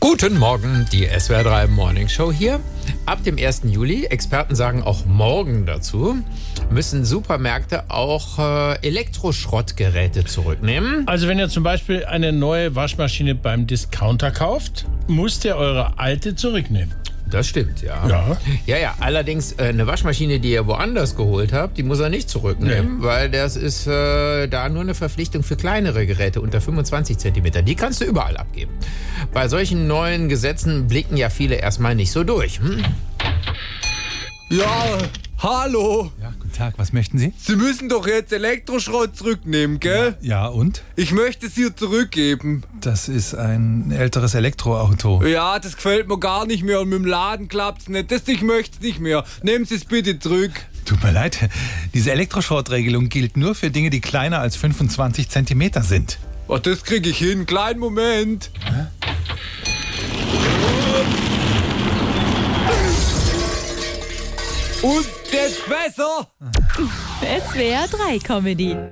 Guten Morgen, die SWR3 Morning Show hier. Ab dem 1. Juli, Experten sagen auch morgen dazu, müssen Supermärkte auch äh, Elektroschrottgeräte zurücknehmen. Also wenn ihr zum Beispiel eine neue Waschmaschine beim Discounter kauft, müsst ihr eure alte zurücknehmen. Das stimmt, ja. Ja. Ja, ja. Allerdings, äh, eine Waschmaschine, die ihr woanders geholt habt, die muss er nicht zurücknehmen, weil das ist äh, da nur eine Verpflichtung für kleinere Geräte unter 25 Zentimeter. Die kannst du überall abgeben. Bei solchen neuen Gesetzen blicken ja viele erstmal nicht so durch. Hm? Ja, hallo. Ja, guten Tag, was möchten Sie? Sie müssen doch jetzt Elektroschrott zurücknehmen, gell? Ja, und? Ich möchte es hier zurückgeben. Das ist ein älteres Elektroauto. Ja, das gefällt mir gar nicht mehr und mit dem Laden klappt's nicht. Das ich möchte nicht mehr. Nehmen Sie es bitte zurück. Tut mir leid, diese Elektroschrottregelung gilt nur für Dinge, die kleiner als 25 Zentimeter sind. Oh, das krieg ich hin. Kleinen Moment. Und das Messer. SWR 3 Comedy.